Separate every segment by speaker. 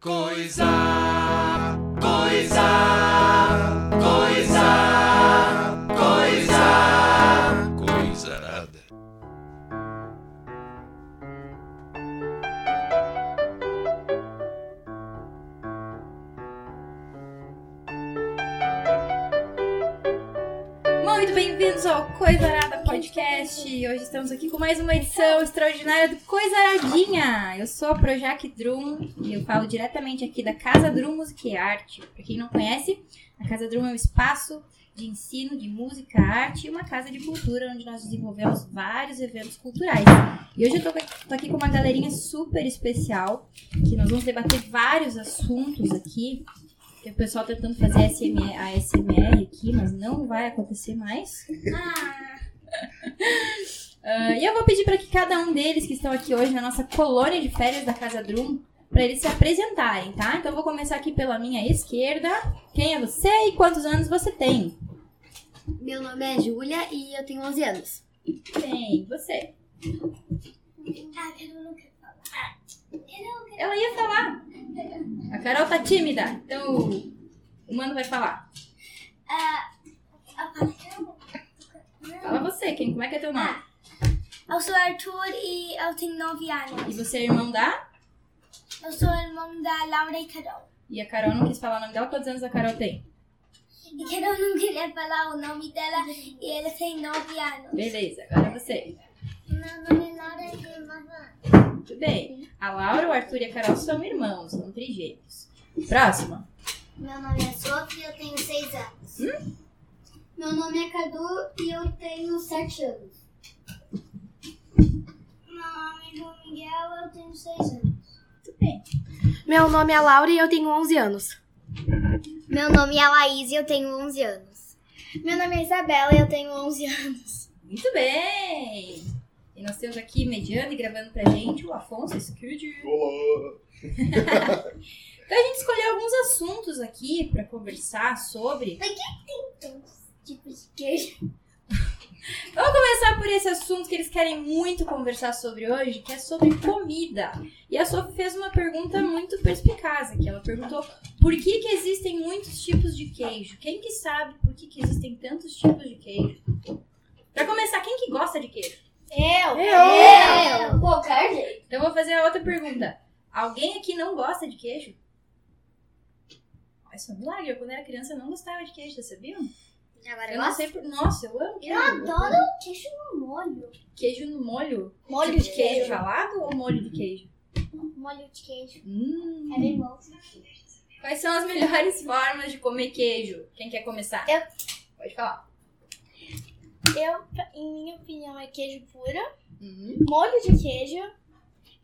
Speaker 1: Coisa, coisa, coisa, coisa, coisa nada.
Speaker 2: Muito bem-vindos ao Coisarada Podcast. Hoje estamos aqui com mais uma edição extraordinária do Coisaradinha. Eu sou a Projac Drum e eu falo diretamente aqui da Casa Drum Música e Arte. Para quem não conhece, a Casa Drum é um espaço de ensino de música, arte e uma casa de cultura onde nós desenvolvemos vários eventos culturais. E hoje eu tô, tô aqui com uma galerinha super especial que nós vamos debater vários assuntos aqui tem o pessoal tá tentando fazer ASMR, ASMR aqui, mas não vai acontecer mais. Ah, e eu vou pedir para que cada um deles que estão aqui hoje na nossa colônia de férias da Casa Drum, para eles se apresentarem, tá? Então eu vou começar aqui pela minha esquerda. Quem é você e quantos anos você tem?
Speaker 3: Meu nome é Júlia e eu tenho 11 anos.
Speaker 2: Tem, você.
Speaker 3: Ah, eu não quero falar.
Speaker 2: Ela ia falar. A Carol tá tímida, então o mano vai falar. Fala você, quem? Como é que é teu
Speaker 3: Ah,
Speaker 2: nome?
Speaker 3: Eu sou Arthur e eu tenho 9 anos.
Speaker 2: E você é irmão da?
Speaker 3: Eu sou irmão da Laura e Carol.
Speaker 2: E a Carol não quis falar o nome dela. Quantos anos a Carol tem?
Speaker 3: E Carol não queria falar o nome dela e ela tem 9 anos.
Speaker 2: Beleza, agora é você.
Speaker 3: Meu nome é Laura e tenho 9 anos.
Speaker 2: Muito bem. A Laura, o Arthur e a Carol são irmãos, são trigêmeos. Próxima.
Speaker 3: Meu nome é Sofia e eu tenho 6 anos.
Speaker 4: Hum?
Speaker 3: Meu nome é Cadu e eu tenho 7 anos. Meu nome é Miguel e eu tenho 6 anos.
Speaker 2: Muito bem.
Speaker 4: Meu nome é Laura e eu tenho 11 anos.
Speaker 3: Meu nome é Laís e eu tenho 11 anos. Meu nome é Isabela e eu tenho 11 anos.
Speaker 2: Muito bem. E nós temos aqui mediando e gravando pra gente o Afonso Scudi.
Speaker 1: Olá.
Speaker 2: Então a gente escolheu alguns assuntos aqui pra conversar sobre.
Speaker 3: Tipos um tipo de queijo.
Speaker 2: Vamos começar por esse assunto que eles querem muito conversar sobre hoje, que é sobre comida. E a Sophie fez uma pergunta muito perspicaz aqui. Ela perguntou por que, que existem muitos tipos de queijo? Quem que sabe por que, que existem tantos tipos de queijo? Pra começar, quem que gosta de queijo?
Speaker 3: Eu!
Speaker 2: Eu!
Speaker 3: Pô, Cardi.
Speaker 2: Então eu vou fazer a outra pergunta. Alguém aqui não gosta de queijo? Isso é um milagre. Eu, quando era criança, eu não gostava de queijo, vocês sabiam?
Speaker 3: Agora
Speaker 2: Eu não sei por... Nossa, eu amo queijo.
Speaker 3: adoro queijo no molho.
Speaker 2: Queijo no molho.
Speaker 3: Molho
Speaker 2: tipo de queijo ralado ou molho de queijo?
Speaker 3: Molho de queijo.
Speaker 2: Hum.
Speaker 3: É bem bom.
Speaker 2: Quais são as melhores formas de comer queijo? Quem quer começar?
Speaker 3: Eu.
Speaker 2: Pode falar.
Speaker 3: Eu, em minha opinião, é queijo puro,
Speaker 2: Hum.
Speaker 3: molho de queijo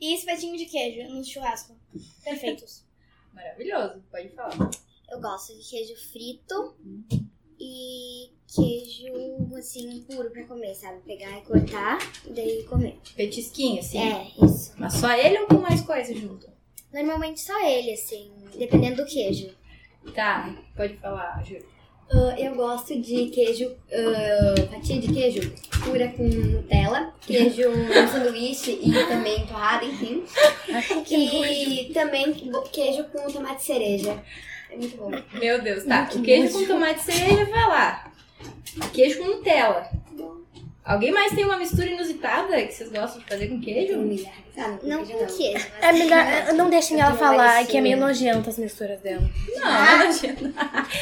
Speaker 3: e espetinho de queijo no churrasco. Perfeitos.
Speaker 2: Maravilhoso. Pode falar.
Speaker 3: Eu gosto de queijo frito e queijo, assim, puro pra comer, sabe? Pegar e cortar e daí comer.
Speaker 2: Petisquinho, assim.
Speaker 3: É, isso.
Speaker 2: Mas só ele ou com mais coisa junto?
Speaker 3: Normalmente só ele, assim, dependendo do queijo.
Speaker 2: Tá. Pode falar, Júlia.
Speaker 5: Ah, eu gosto de queijo, ah, fatia de queijo pura com Nutella, queijo no sanduíche e também torrada, enfim. E também queijo com tomate cereja. É muito bom.
Speaker 2: Meu Deus, tá. O queijo com tomate cereja vai lá. O Queijo com Nutella. Alguém mais tem uma mistura inusitada que vocês gostam de fazer com
Speaker 5: Um
Speaker 2: queijo?
Speaker 5: milagre. Ah,
Speaker 3: Não
Speaker 5: queijo
Speaker 3: com queijo. mas
Speaker 4: É melhor, não deixem
Speaker 5: Eu
Speaker 4: ela
Speaker 5: tenho assim.
Speaker 4: falar,
Speaker 5: várias
Speaker 4: que é meio
Speaker 5: sim.
Speaker 4: nojenta as misturas dela.
Speaker 2: Não, não adianta.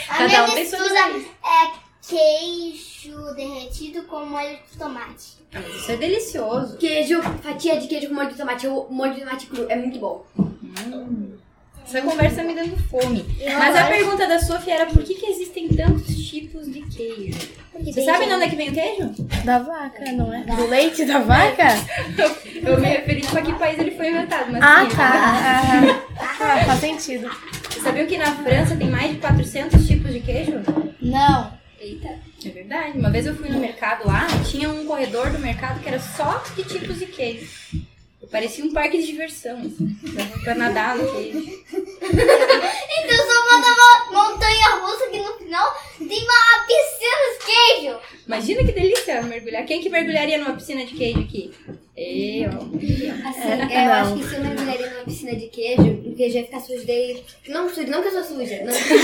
Speaker 2: Cada
Speaker 6: minha
Speaker 2: um tem sua
Speaker 6: mistura-
Speaker 2: mistura.
Speaker 6: Queijo derretido com molho de tomate.
Speaker 2: Ah, mas isso é delicioso.
Speaker 5: Queijo, fatia de queijo com molho de tomate, ou molho de tomate cru, é muito bom.
Speaker 2: Essa conversa me dando fome. Mas a pergunta da Sofia era por que, que existem tantos tipos de queijo?
Speaker 3: porque
Speaker 2: Você
Speaker 3: tem
Speaker 2: sabe de
Speaker 3: gente-
Speaker 2: onde é que vem o queijo?
Speaker 4: Da vaca, não é? Do leite da vaca?
Speaker 2: Eu me referi pra que país ele foi inventado, mas
Speaker 4: Ah,
Speaker 2: sim,
Speaker 4: tá. Ah, faz sentido.
Speaker 2: Você sabia que na França tem mais de 400 tipos de queijo?
Speaker 3: Não.
Speaker 2: Eita, é verdade. Uma vez eu fui no mercado lá, tinha um corredor do mercado que era só de tipos de queijo. Eu parecia um parque de diversão. assim. Dava pra nadar no queijo.
Speaker 6: Então só manda uma montanha russa que no final tem uma piscina de queijo.
Speaker 2: Imagina que delícia mergulhar. Quem que mergulharia numa piscina de queijo aqui? Eu.
Speaker 5: Assim, é, eu
Speaker 4: não.
Speaker 5: acho que se eu mergulharia numa piscina de queijo, o queijo ia ficar sujo daí. Não sujo, não que eu sou suja. Não que eu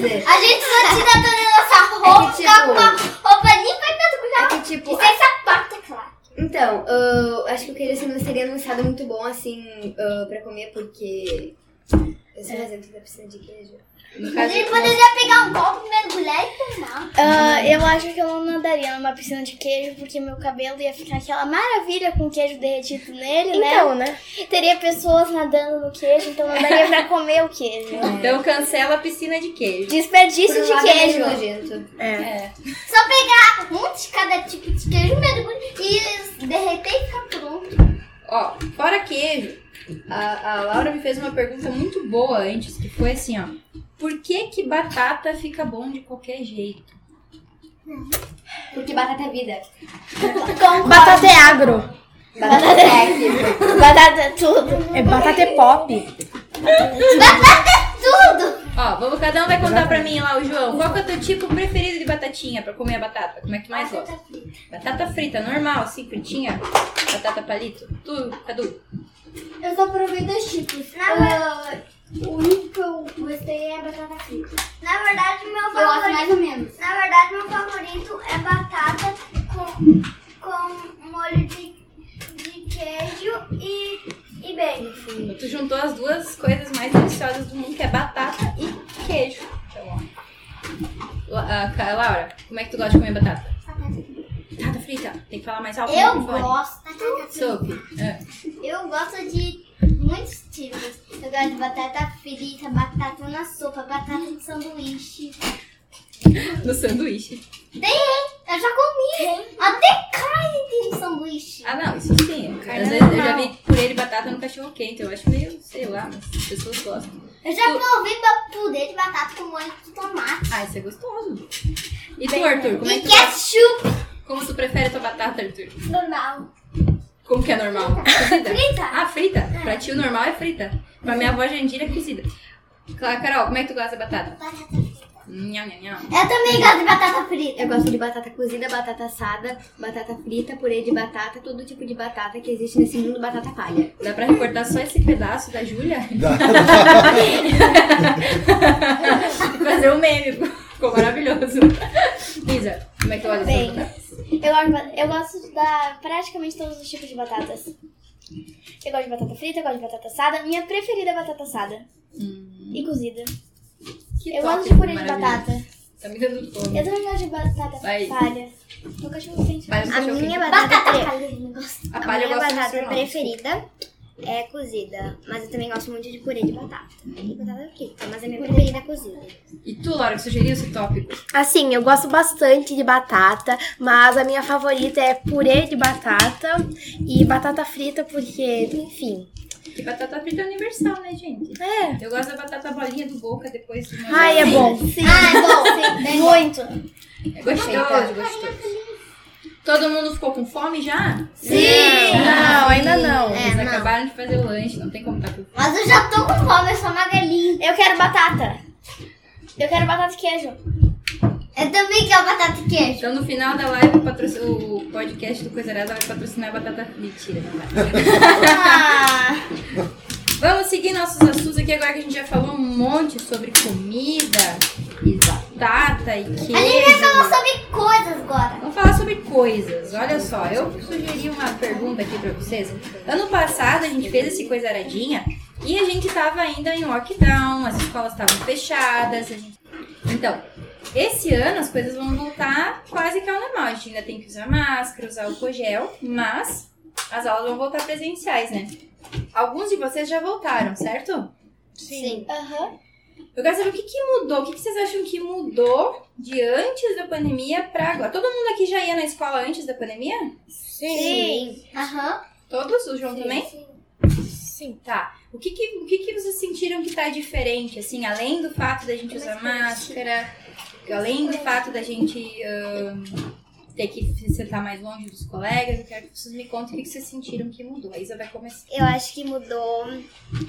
Speaker 5: dizer.
Speaker 3: A gente só tira toda a nossa
Speaker 5: É
Speaker 3: roupa,
Speaker 5: que
Speaker 3: ficar com uma
Speaker 5: tipo.
Speaker 3: roupa limpa e tudo
Speaker 5: É que tipo.
Speaker 3: E sem sapato, é claro.
Speaker 5: Então, eu acho que o queijo assim, não seria num estado muito bom assim ah, pra comer, porque. Eu sou fazendo da piscina de queijo.
Speaker 2: No
Speaker 3: A
Speaker 2: caso,
Speaker 3: gente poderia pegar um copo, mergulhar e tomar.
Speaker 7: Ah, eu acho que eu não nadaria numa piscina de queijo, porque meu cabelo ia ficar aquela maravilha com queijo derretido nele, né?
Speaker 4: Então, né?
Speaker 7: Teria pessoas nadando no queijo, então não daria pra comer o queijo.
Speaker 2: então cancela a piscina de queijo.
Speaker 7: Desperdício
Speaker 5: Por um
Speaker 7: de
Speaker 5: lado, é meio
Speaker 7: queijo.
Speaker 5: nojento.
Speaker 4: É.
Speaker 3: Só pegar um de cada tipo de queijo, mergulho e derreter e ficar pronto.
Speaker 2: Ó, fora queijo, a, a Laura me fez uma pergunta muito boa antes, que foi assim, ó. Por que que batata fica bom de qualquer jeito?
Speaker 5: Porque batata é vida.
Speaker 4: Batata é agro.
Speaker 5: Batata é aqui.
Speaker 7: Batata é tudo.
Speaker 4: É batata é pop.
Speaker 2: Ó, vamos, cada um vai contar pra mim lá, o João. Qual que é o teu tipo preferido de batatinha pra comer a batata? Como é que mais gosta? Batata frita, normal, assim, fritinha. Batata palito. Tu, Cadu.
Speaker 3: Eu só provei dois tipos. Na verdade, o único que eu gostei é batata frita. Na verdade, meu
Speaker 5: Eu gosto mais
Speaker 3: favorito.
Speaker 5: ou menos.
Speaker 3: Na verdade, meu favorito é batata com, com molho de, de queijo e, e bacon.
Speaker 2: Tu juntou as duas coisas mais deliciosas do mundo, que é batata e queijo. Então, ó. La- ah, Ca- Laura, como é que tu gosta de comer batata? Batata frita. Tem que falar mais alto.
Speaker 3: Eu
Speaker 2: no microfone.
Speaker 3: gosto.
Speaker 2: Sophie. É.
Speaker 3: Eu gosto de muitos tipos. Eu gosto de batata frita, batata na sopa, batata no sanduíche.
Speaker 2: No sanduíche.
Speaker 3: Eu já comi. Até carne tem sanduíche.
Speaker 2: Ah, não, isso sim. Às vezes eu já vi purê de batata no cachorro quente. Eu acho meio, sei lá, mas as pessoas gostam.
Speaker 3: Eu já provei ba- purê de batata com molho de tomate.
Speaker 2: Ah, isso é gostoso. E tu, Arthur, como é
Speaker 3: E
Speaker 2: que tu, gosta-
Speaker 3: ketchup
Speaker 2: como tu prefere tua batata, Arthur?
Speaker 3: normal.
Speaker 2: Como que é normal? Cozida?
Speaker 3: Frita.
Speaker 2: Ah, frita. Pra ti o normal é frita. Pra minha avó Jandira é cozida. Cla- Carol, como é que tu gosta da batata?
Speaker 3: Batata frita.
Speaker 2: Nham, nham, nham.
Speaker 3: Eu também gosto de batata frita.
Speaker 5: Eu gosto de batata cozida, batata assada, batata frita, purê de batata, todo tipo de batata que existe nesse mundo, batata palha.
Speaker 2: Dá pra recortar só esse pedaço da Júlia?
Speaker 1: Dá.
Speaker 2: E Fazer um meme. Ficou maravilhoso. Lisa, como é que tu gosta
Speaker 7: Bem,
Speaker 2: da batata?
Speaker 7: eu gosto, de ba- eu gosto da praticamente todos os tipos de batatas. Eu gosto de batata frita, eu gosto de batata assada. Minha preferida é batata assada. E cozida.
Speaker 2: Hum. Que
Speaker 7: Eu
Speaker 2: top,
Speaker 7: gosto de purê de
Speaker 2: maravilhoso.
Speaker 7: batata.
Speaker 2: Tá me dando fome.
Speaker 7: Eu também gosto de batata
Speaker 2: Vai.
Speaker 7: palha. No cachorro quente.
Speaker 2: Vai no
Speaker 8: A
Speaker 2: cachorro
Speaker 8: minha
Speaker 2: quente.
Speaker 8: batata, pre-
Speaker 2: A
Speaker 8: a
Speaker 2: palha eu
Speaker 8: minha
Speaker 2: gosto
Speaker 8: batata
Speaker 2: nacional.
Speaker 8: preferida é cozida, mas eu também gosto muito de purê de batata. E batata frita, mas a minha preferida é cozida.
Speaker 2: E tu, Laura, que sugeriu esse tópico?
Speaker 4: Assim, eu gosto bastante de batata, mas a minha favorita é purê de batata e batata frita, porque, enfim.
Speaker 2: Que batata frita é universal, né, gente?
Speaker 4: É.
Speaker 2: Eu gosto da batata bolinha do boca depois de uma...
Speaker 4: Ai, é bom.
Speaker 8: Ah,
Speaker 7: Muito.
Speaker 2: É gostoso, gostoso. Todo mundo ficou com fome já?
Speaker 4: Não, ainda não.
Speaker 2: Eles acabaram de fazer o lanche, não tem como estar com fome.
Speaker 3: Mas eu já tô com fome, eu sou magrelinha.
Speaker 7: Eu quero batata. Eu quero batata e queijo.
Speaker 3: Eu também quero batata e queijo.
Speaker 2: Então no final da live o patrocin- o podcast do Coisarada vai patrocinar a batata frita. Mentira, não vai. Vamos seguir nossos assuntos aqui agora que a gente já falou um monte sobre comida e batata e queijo.
Speaker 3: A gente vai falar sobre coisas agora.
Speaker 2: Vamos falar sobre coisas. Olha só, eu sugeri uma pergunta aqui pra vocês. Ano passado a gente fez esse coisaradinha e a gente tava ainda em lockdown, as escolas estavam fechadas. a gente- Então, esse ano as coisas vão voltar quase que ao normal. A gente ainda tem que usar máscara, usar álcool gel, mas as aulas vão voltar presenciais, né? Alguns de vocês já voltaram, certo?
Speaker 8: Sim.
Speaker 2: Eu quero saber o que, que mudou, o que, que vocês acham que mudou de antes da pandemia pra agora? Todo mundo aqui já ia na escola antes da pandemia?
Speaker 8: Sim.
Speaker 3: Aham.
Speaker 2: Todos? O João também? Sim. Tá. O que que, o que que vocês sentiram que tá diferente, assim, além do fato da gente usar máscara, além do fato da gente ahn, ter que se sentar mais longe dos colegas, eu quero que vocês me contem o que que vocês sentiram que mudou. A Isa vai começar.
Speaker 8: Eu acho que mudou,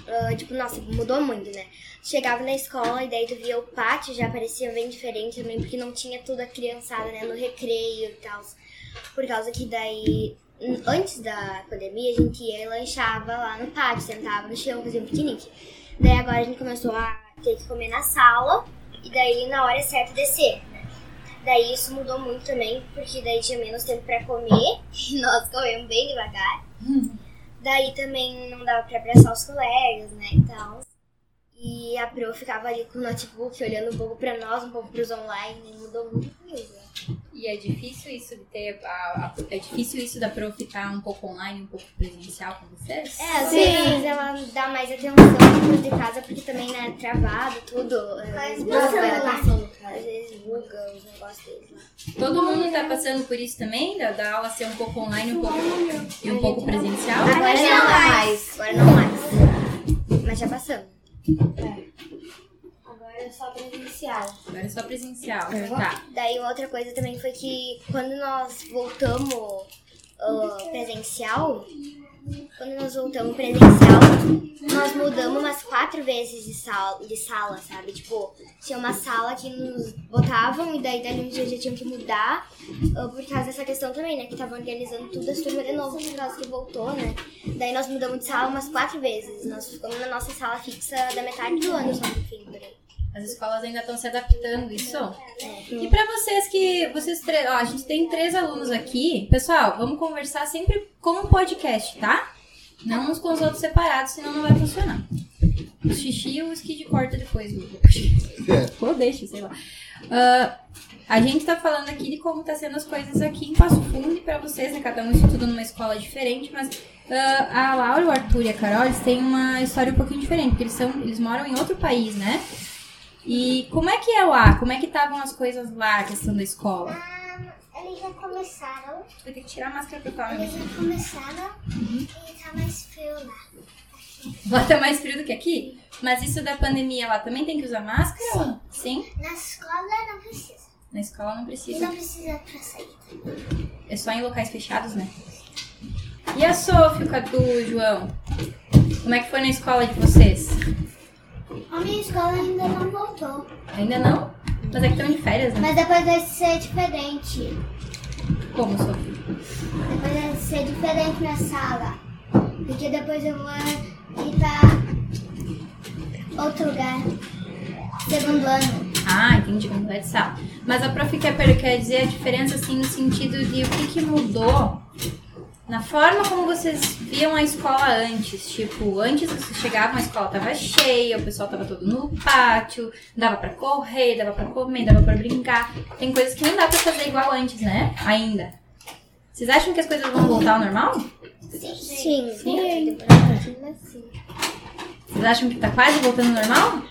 Speaker 8: ah, tipo, nossa, mudou muito, né? Chegava na escola e daí tu via o pátio, já parecia bem diferente também, porque não tinha toda a criançada, né, no recreio e tal. Por causa que daí
Speaker 3: hum, antes da pandemia, a gente ia e lanchava lá no pátio, sentava no chão, fazia um piquenique. Daí agora a gente começou a ter que comer na sala e daí na hora certa descer. né? Daí isso mudou muito também, porque daí tinha menos tempo pra comer e nós comemos bem devagar. Daí também não dava pra abraçar os colegas, né, e tal. E a Pro ficava ali com o notebook, olhando um pouco pra nós, um pouco pros online, e mudou muita coisa.
Speaker 2: E é difícil isso de ter. a- a- é difícil isso da Pro ficar um pouco online, um pouco presencial com vocês?
Speaker 3: É, às vezes ela dá mais atenção dentro de casa, porque também né, é travado, tudo. eh, Mas
Speaker 5: tá?
Speaker 3: Às vezes buga os negócios dele.
Speaker 2: Todo mundo tá passando por isso também? Da, da aula ser um pouco online um pouco, e um pouco presencial?
Speaker 3: Agora não mais. Agora não mais. Mas já passamos.
Speaker 5: Agora é só presencial.
Speaker 2: Agora é só presencial. Tá.
Speaker 3: Daí outra coisa também foi que quando nós voltamos ah, presencial, quando nós voltamos presencial, nós mudamos umas quatro vezes de sala, de sala, sabe? Tipo, tinha uma sala que nos botavam e daí dali um dia já tinham que mudar ah, por causa dessa questão também, né? Que tava organizando tudo as turmas de novo por causa que voltou, né? Daí nós mudamos de sala umas quatro vezes. Nós ficamos na nossa sala fixa da metade do ano, só no fim, por aí.
Speaker 2: As escolas ainda estão se adaptando, isso? E pra vocês que. Vocês três. Ó, a gente tem três alunos aqui. Pessoal, vamos conversar sempre como um podcast, tá? Não uns com os outros separados, senão não vai funcionar. O xixi e o skid corta depois, Lucas. Ou deixa, sei lá. Ah, a gente tá falando aqui de como tá sendo as coisas aqui em Passo Fundo e pra vocês, né? Cada um estuda numa escola diferente, mas ah, a Laura, o Arthur e a Carol, eles têm uma história um pouquinho diferente, porque eles, são, eles moram em outro país, né? E como é que é lá? Como é que estavam as coisas lá, a questão da escola?
Speaker 9: Eles já começaram.
Speaker 2: Tu vai ter que tirar a máscara pra falar.
Speaker 9: Eles já começaram e tá mais frio lá.
Speaker 2: Lá tá mais frio do que aqui? Mas isso da pandemia lá também tem que usar máscara? Sim.
Speaker 9: Na escola não precisa.
Speaker 2: Na escola não
Speaker 9: E
Speaker 2: precisa.
Speaker 9: não precisa pra sair.
Speaker 2: É só em locais fechados, né? E a Sophie, o Cadu, João? Como é que foi na escola de vocês?
Speaker 9: A minha escola ainda não voltou.
Speaker 2: Ainda não? Mas é que estão de férias, né?
Speaker 9: Mas depois vai ser diferente.
Speaker 2: Como, Sophie?
Speaker 9: Depois vai ser diferente na sala. Porque depois eu vou ir pra outro lugar. Segundo ano.
Speaker 2: Ah, entendi como vai de sala. Mas a prof quer, per- quer dizer a diferença, assim, no sentido de o que, que mudou na forma como vocês viam a escola antes. Tipo, antes vocês chegavam, a escola tava cheia, o pessoal tava todo no pátio, dava pra correr, dava pra comer, dava pra brincar. Tem coisas que não dá pra fazer igual antes, né? Ainda. Vocês acham que as coisas vão voltar ao normal?
Speaker 3: Sim. Sim.
Speaker 2: Vocês acham que tá quase voltando ao normal?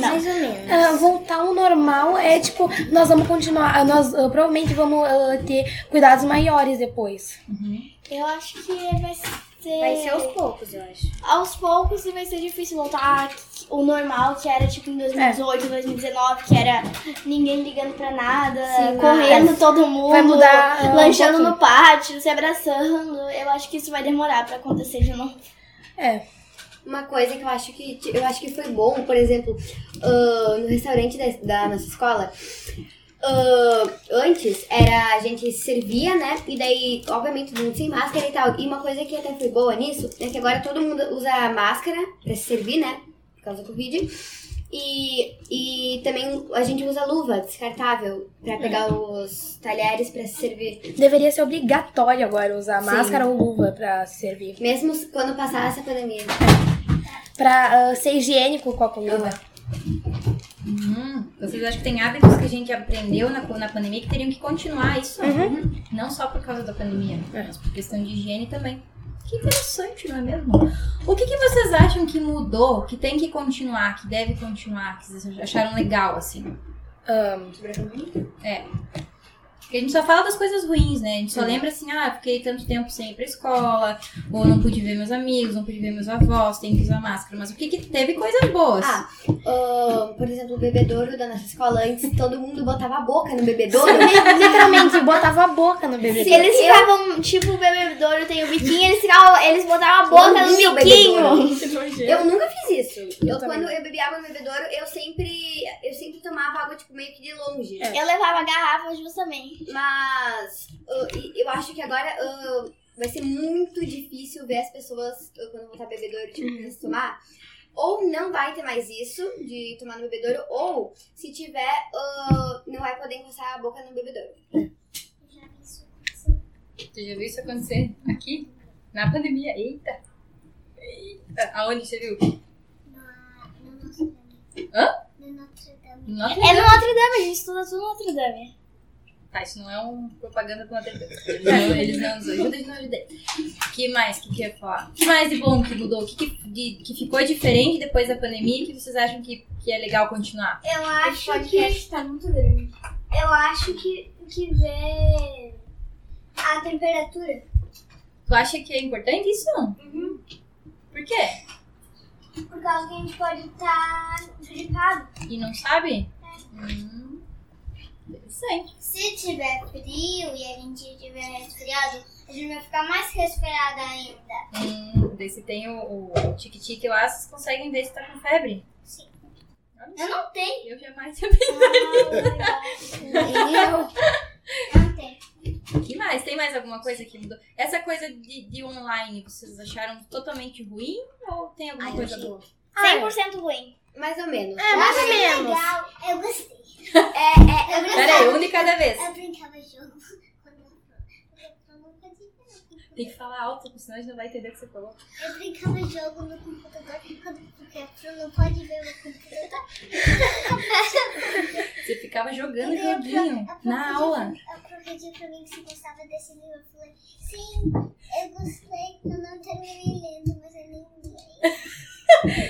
Speaker 3: Mais ou menos.
Speaker 4: Ah, voltar ao normal é tipo, nós vamos continuar, ah, nós ah, provavelmente vamos ah, ter cuidados maiores depois.
Speaker 10: Eu acho que vai ser.
Speaker 3: Vai ser aos poucos, eu acho.
Speaker 10: aos poucos e vai ser difícil voltar o normal que era tipo em 2018, 2019, que era ninguém ligando pra nada,
Speaker 4: Sim,
Speaker 10: correndo
Speaker 4: mas
Speaker 10: todo mundo,
Speaker 4: vai mudar, ah, um
Speaker 10: lanchando
Speaker 4: pouquinho.
Speaker 10: no pátio, se abraçando. Eu acho que isso vai demorar pra acontecer de novo.
Speaker 4: É.
Speaker 5: Uma coisa que eu acho que eu acho que foi bom, por exemplo, ah, no restaurante da, da nossa escola. ah, antes era a gente servia, né? E daí, obviamente, todo mundo sem máscara e tal. E uma coisa que até foi boa nisso é que agora todo mundo usa máscara pra se servir, né? Por causa do Covid. E, e também a gente usa luva descartável pra pegar os talheres pra se servir.
Speaker 4: Deveria ser obrigatório agora usar
Speaker 5: Sim.
Speaker 4: máscara ou luva pra se servir.
Speaker 5: Mesmo quando passar essa pandemia.
Speaker 4: Pra ah, ser higiênico com a comida.
Speaker 2: Hum, vocês acham que tem hábitos que a gente aprendeu na, na pandemia que teriam que continuar isso? Uhum. Não só por causa da pandemia,
Speaker 4: É.
Speaker 2: mas por questão de higiene também. Que interessante, não é mesmo? O que, que vocês acham que mudou, que tem que continuar, que deve continuar, que vocês acharam legal, assim? É. Porque a gente só fala das coisas ruins, né? A gente só lembra assim, ah, fiquei tanto tempo sem ir pra escola, ou não pude ver meus amigos, não pude ver meus avós, tenho que usar máscara. Mas o que, que teve coisas boas?
Speaker 5: Ah, Ah, por exemplo, o bebedouro da nossa escola antes, todo mundo botava a boca no bebedouro. né?
Speaker 4: Literalmente, botava a boca no bebê.
Speaker 10: Se eles ficavam, tipo, o bebedouro tem o biquinho, eles ficavam, eles botavam a boca no
Speaker 5: Lambiam o
Speaker 10: biquinho.
Speaker 5: bebedouro. Eu nunca fiz isso. Eu,
Speaker 4: também
Speaker 5: quando eu bebia água no bebedouro, eu sempre, eu sempre tomava água tipo, meio que de longe.
Speaker 4: É.
Speaker 10: Eu levava garrafas justamente.
Speaker 5: Mas ah, e- eu acho que agora ah, vai ser muito difícil ver as pessoas uh, quando voltar bebedouro, tipo,
Speaker 4: Uhum.
Speaker 5: começar a tomar. Ou não vai ter mais isso de tomar no bebedouro, ou se tiver, uh, não vai poder encostar a boca no bebedouro.
Speaker 2: Tu já viu isso acontecer aqui? Na pandemia? Eita! Eita! Aonde você viu? Hã? No Notre
Speaker 7: É
Speaker 2: Dame.
Speaker 7: no Notre Dame, a gente estuda tudo no Notre Dame.
Speaker 2: Tá, isso não é um propaganda pra Notre Dame. Eles não- Eles não nos ajudam, eles não ajudam. O que mais que eu queria falar? O que mais de bom que mudou? O que, que, de- que ficou diferente depois da pandemia que vocês acham que, que é legal continuar?
Speaker 3: Eu
Speaker 7: Esse podcast tá muito grande.
Speaker 3: Eu acho que, que ver a temperatura.
Speaker 2: Tu acha que é importante isso? Uhum. Por quê?
Speaker 3: Por causa que a gente pode tá estar gripado.
Speaker 2: E não sabe?
Speaker 7: É.
Speaker 2: Hum, interessante.
Speaker 3: Se tiver frio e a gente tiver resfriado, a gente vai ficar mais resfriado ainda.
Speaker 2: Hum, daí se tem o, o tique-tique lá, vocês conseguem ver se tá com febre?
Speaker 3: Sim.
Speaker 2: Olha
Speaker 3: Eu
Speaker 2: só,
Speaker 3: não tenho.
Speaker 2: Eu jamais sabia.
Speaker 3: Ah, Eu não tenho.
Speaker 2: que mais? Tem mais alguma coisa que mudou? Essa coisa de, de online, vocês acharam totalmente ruim? Ou tem alguma
Speaker 8: Ai, eu
Speaker 2: coisa
Speaker 8: achei.
Speaker 2: boa?
Speaker 3: Ah, é.
Speaker 7: 100% ruim.
Speaker 5: Mais ou menos.
Speaker 4: É, mais ou
Speaker 3: achei
Speaker 4: menos.
Speaker 3: legal. Eu gostei. É, é, eu gostei.
Speaker 2: Peraí, um de cada vez.
Speaker 3: Eu brincava jogo quando eu eu não fazia nada.
Speaker 2: Tem que falar alto, porque senão a gente não vai entender o que você falou.
Speaker 3: Eu brincava jogo no computador quando- porque a Pro não pode ver o computador.
Speaker 2: Você ficava jogando
Speaker 3: Eu lembro,
Speaker 2: joguinho
Speaker 3: eu
Speaker 2: na
Speaker 3: fazia-
Speaker 2: aula.
Speaker 3: A Pro pediu pra mim se gostava desse livro. Eu falei, sim, eu gostei, eu não terminei lendo, mas eu nem li.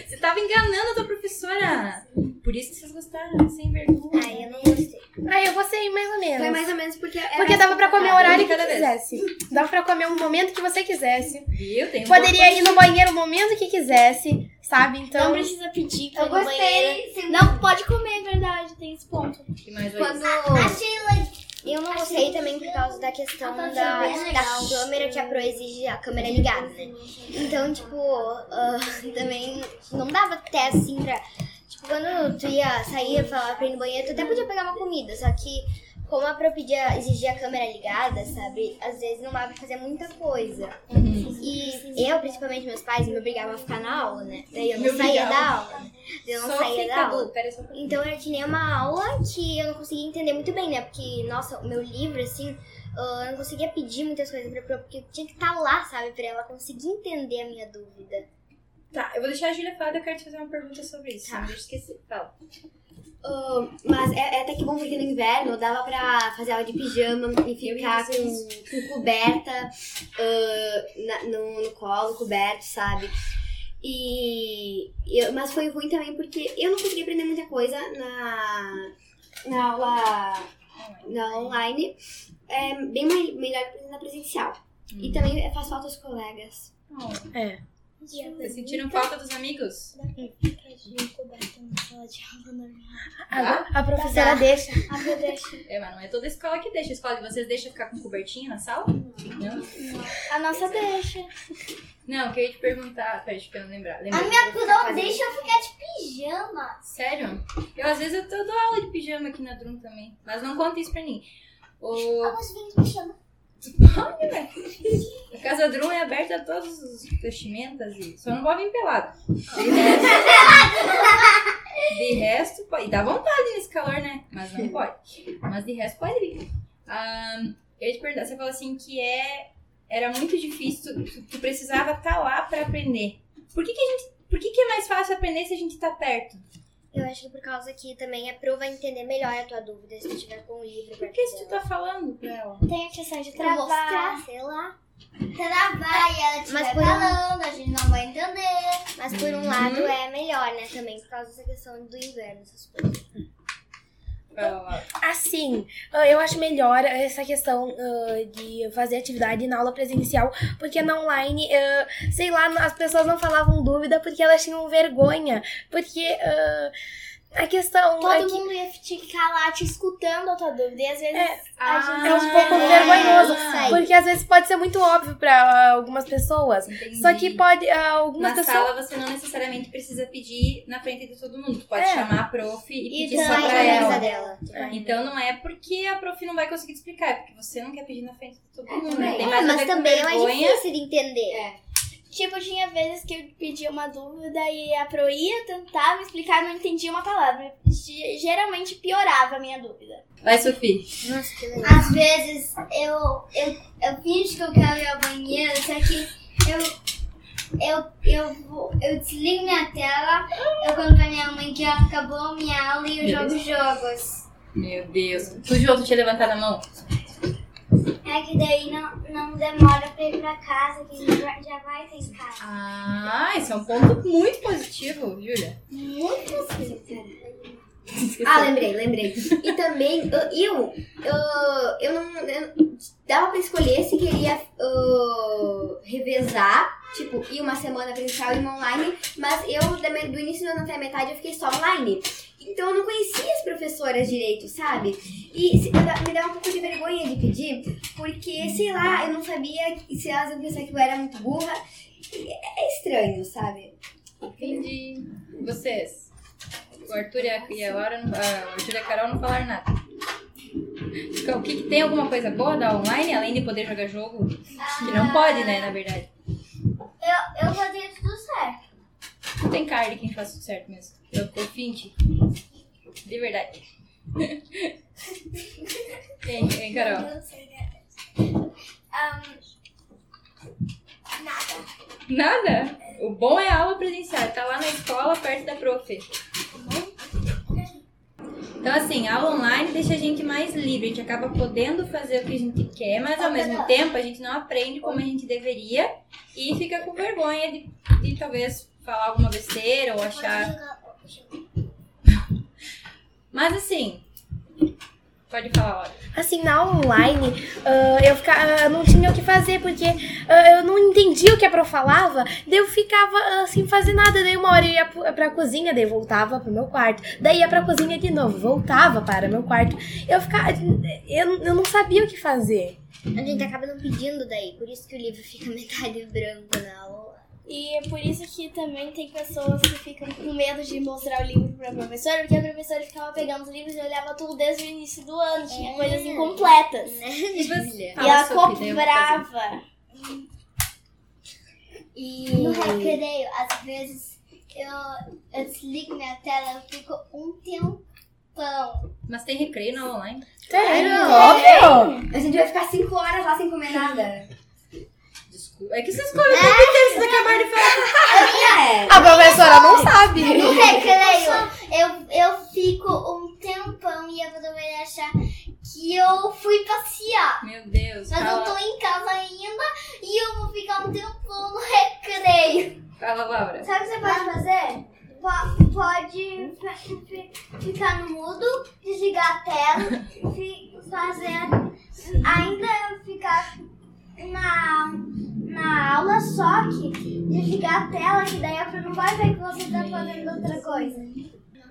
Speaker 2: Você tava enganando a tua professora. Por isso que vocês gostaram, sem vergonha.
Speaker 8: Ai, eu não gostei.
Speaker 4: Aí eu gostei mais ou menos.
Speaker 5: Foi mais ou menos Ah, porque era
Speaker 4: Porque
Speaker 5: mais
Speaker 4: dava pra comer o
Speaker 5: confortável.
Speaker 4: horário que
Speaker 2: Cada vez.
Speaker 4: quisesse. Dava pra comer o momento que você quisesse.
Speaker 2: Viu? Tem um
Speaker 4: Poderia ir no banheiro o momento que quisesse, sabe? Então.
Speaker 7: Não precisa pedir pra
Speaker 5: Eu
Speaker 7: ir no banheiro.
Speaker 5: gostei. sim.
Speaker 7: Não pode comer, é verdade, tem esse ponto.
Speaker 2: Que mais vai
Speaker 5: Quando.
Speaker 8: Eu não gostei também por causa da questão da,
Speaker 7: bem
Speaker 8: da câmera que a Pro exige a câmera ligada, né? Então, tipo, ah, também não dava até assim pra. Tipo, quando tu ia sair falar pra ir no banheiro, tu até podia pegar uma comida, só que como a Pro pedia, exigia a câmera ligada, sabe? Às vezes não dava pra fazer muita coisa.
Speaker 2: Uhum.
Speaker 8: E eu, principalmente meus pais, me obrigavam a ficar na aula, né? Daí eu
Speaker 2: Me
Speaker 8: não saía
Speaker 2: obrigavam.
Speaker 8: da aula. Eu não
Speaker 2: Só
Speaker 8: saía
Speaker 2: fica
Speaker 8: da
Speaker 2: do-
Speaker 8: aula.
Speaker 2: Pera só um pouquinho.
Speaker 8: Então era que nem uma aula que eu não conseguia entender muito bem, né? Porque, nossa, o meu livro, assim, ah, eu não conseguia pedir muitas coisas pra Pro, porque eu tinha que estar lá, sabe? Pra ela conseguir entender a minha dúvida.
Speaker 2: Tá, eu vou deixar a Júlia falar, daí eu quero te fazer uma pergunta sobre isso. Não deixa eu esquecer. Fala.
Speaker 5: Ah, mas é, é até que bom porque no inverno dava pra fazer aula de pijama e ficar
Speaker 2: fazer
Speaker 5: com, com coberta ah, na- no, no colo, coberto, sabe? E eu- mas foi ruim também porque eu não consegui aprender muita coisa na, na aula na online. É bem mais, melhor aprender na presencial. E também faz falta os colegas.
Speaker 4: É.
Speaker 2: Vocês sentiram falta dos amigos?
Speaker 8: né?
Speaker 4: Ah, Agora A professora deixa.
Speaker 2: Ah, É, mas não é toda escola que deixa. A escola de vocês deixa ficar com cobertinha na sala? Não?
Speaker 7: A nossa deixa.
Speaker 2: Não, eu queria te perguntar, pera, deixa eu não lembrar.
Speaker 3: A
Speaker 2: Lembrei.
Speaker 3: minha Pro não deixa eu ficar de pijama.
Speaker 2: Sério? Eu às vezes eu, tô- eu dou aula de pijama aqui na Drum também. Mas não conta isso pra mim. O... né?
Speaker 3: Vamos vir de pijama.
Speaker 2: A Casa Drum é aberta a todos os vestimentas e só não pode vir pelado. De resto, pode. E dá vontade nesse calor, né? Mas não pode. Mas de resto pode vir. Ahn, eu ia te perguntar, você falou assim que é, era muito difícil, tu, tu- tu precisava estar lá pra aprender. Por que, que a gente. Por que, que é mais fácil aprender se a gente tá perto?
Speaker 8: Eu acho que por causa que também a Pro vai entender melhor a tua dúvida se tu tiver com o livro.
Speaker 2: Por que se tu tá falando pra ela?
Speaker 7: Tem a questão de
Speaker 8: Pra
Speaker 7: travar.
Speaker 8: mostrar, sei lá.
Speaker 3: Trabalha, ela estiver
Speaker 8: por um-
Speaker 3: falando, a gente não vai entender.
Speaker 8: Mas por um lado
Speaker 2: Uhum.
Speaker 8: é melhor, né? Também por causa dessa questão do inverno, essas coisas.
Speaker 2: Fala lá.
Speaker 4: Assim, ah, eu acho melhor essa questão ah, de fazer atividade na aula presencial, porque na online, ah, sei lá, as pessoas não falavam dúvida porque elas tinham vergonha. Porque ah, A questão
Speaker 2: Então,
Speaker 7: Todo
Speaker 4: é que
Speaker 7: mundo ia ficar lá te escutando a tua dúvida. E às vezes
Speaker 4: É.
Speaker 7: a gente
Speaker 4: é um
Speaker 2: tá
Speaker 4: pouco
Speaker 7: É,
Speaker 4: vergonhoso.
Speaker 7: isso aí.
Speaker 4: Porque às vezes pode ser muito óbvio pra ah, algumas pessoas.
Speaker 2: Entendi.
Speaker 4: Só que pode. ah,
Speaker 2: Na
Speaker 4: algumas pessoas.
Speaker 2: sala você não necessariamente precisa pedir na frente de todo mundo. Tu pode
Speaker 4: É.
Speaker 2: chamar a prof e,
Speaker 8: E
Speaker 2: pedir só
Speaker 8: também
Speaker 2: é pra
Speaker 8: na
Speaker 2: ela.
Speaker 8: mesa dela.
Speaker 2: Então não é porque a prof não vai conseguir te explicar, é porque você não quer pedir na frente de todo mundo. né?
Speaker 5: também.
Speaker 2: Tem
Speaker 8: É,
Speaker 2: mais a ver
Speaker 8: mas
Speaker 2: com
Speaker 8: também é mais
Speaker 2: vergonha.
Speaker 8: difícil de entender.
Speaker 7: Tipo, tinha vezes que eu pedia uma dúvida e a Pro ia tentar me explicar, não entendia uma palavra. Ge- Geralmente piorava a minha dúvida.
Speaker 2: Vai, Sofia.
Speaker 8: Nossa, que legal.
Speaker 3: Às vezes eu, eu, eu finjo que eu quero ir ao banheiro, só que eu, eu, eu, vou- eu desligo minha tela, eu conto pra minha mãe que acabou a minha aula e eu jogo jogos.
Speaker 2: Meu Deus. Tu, Jô, tu tinha levantado a mão?
Speaker 3: É que daí não, não demora pra ir pra casa, que a gente já- já vai ter em casa.
Speaker 2: Ah, esse é um ponto muito positivo, Júlia.
Speaker 5: Ah, lembrei, lembrei. E também, eu, eu, eu, eu não. eu- dava pra escolher se queria uh, revezar, tipo, ir uma semana presencial e uma online, mas eu, da me- do início do ano até a metade, eu fiquei só online. Então eu não conhecia as professoras direito, sabe? E se- eu da- me dava um pouco de vergonha de pedir, porque, sei lá, eu não sabia que- se elas iam pensar que eu era muito burra. E É é estranho, sabe?
Speaker 2: Entendi. Vocês? O Arthur e a, e a Laura, não- a- o Arthur e a Carol não falaram nada. Então, O que, que tem alguma coisa boa da online, além de poder jogar jogo? Que não pode, né, na verdade.
Speaker 3: Eu, eu fazia tudo certo.
Speaker 2: Não tem card quem faz tudo certo mesmo. Eu confio em ti. De verdade. hein, hein, Carol? Nada? O bom é a aula presencial. Tá lá na escola, perto da prof. Então, assim, a aula online deixa a gente mais livre. A gente acaba podendo fazer o que a gente quer, mas ao mesmo tempo a gente não aprende como a gente deveria e fica com vergonha de, de talvez falar alguma besteira ou achar. Mas, assim, pode falar, olha.
Speaker 4: Assim, na online, ah, eu, ficava, não tinha o que fazer, porque ah, eu não entendia o que a Pro falava, daí eu ficava ah, sem fazer nada. Daí uma hora eu ia pro- pra cozinha, daí eu voltava pro meu quarto. Daí ia pra cozinha de novo, voltava para meu quarto. Eu ficava. Eu, eu não sabia o que fazer.
Speaker 8: A gente acaba não pedindo daí, por isso que o livro fica metade branco na aula.
Speaker 7: E é por isso que também tem pessoas que ficam com medo de mostrar o livro pra professora, porque a professora ficava pegando os livros e olhava tudo desde o início do ano,
Speaker 8: É.
Speaker 7: tinha coisas incompletas.
Speaker 3: né?
Speaker 2: E você?
Speaker 7: E ela
Speaker 2: Sophie, daí eu vou fazer.
Speaker 7: cobrava.
Speaker 3: No recreio, às vezes eu, eu desligo minha tela, eu fico um tempão.
Speaker 2: Mas tem recreio na online?
Speaker 4: É Óbvio!
Speaker 5: A gente vai ficar cinco horas lá sem comer nada.
Speaker 2: Desculpa. É que vocês escolhem o tempo inteiro, vocês acabaram de falar.
Speaker 5: É.
Speaker 4: A professora não sabe.
Speaker 3: No recreio, eu, eu fico um tempão e a pessoa vai achar que eu fui passear.
Speaker 2: Meu Deus,
Speaker 3: Mas eu tô
Speaker 2: fala,
Speaker 3: em casa ainda e eu vou ficar um tempão no recreio.
Speaker 2: fala, Laura.
Speaker 3: Sabe o que você pode fazer? Po- pode fi- fi- ficar no mudo, desligar a tela, fi- fazer. Ainda ficar na, na aula, só que desligar a tela, que daí a Fran não vai ver que você tá fazendo outra coisa.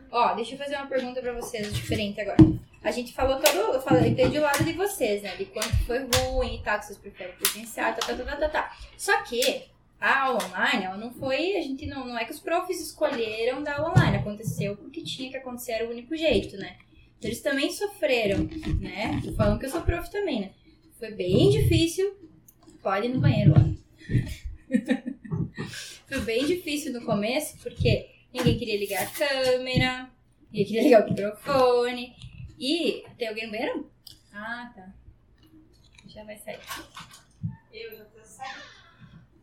Speaker 2: Ó, deixa eu fazer uma pergunta pra vocês diferente agora. A gente falou todo. Eu falei, entendi o lado de vocês, né? De quanto foi ruim e tal, que vocês preferem presenciar, tá, tá, tá, tá, tá, tá. Só que a aula online, ela não foi. A gente não. Não é que os profs escolheram da aula online. Aconteceu porque tinha que acontecer, era o único jeito, né? Então, eles também sofreram, né? Tô falando que eu sou prof também, né? Foi bem difícil. Pode ir no banheiro lá. foi bem difícil no começo, porque Ninguém queria ligar a câmera. Ninguém queria ligar o microfone. E tem alguém no banheiro? Ah, tá. Já vai sair. Eu já tô saindo.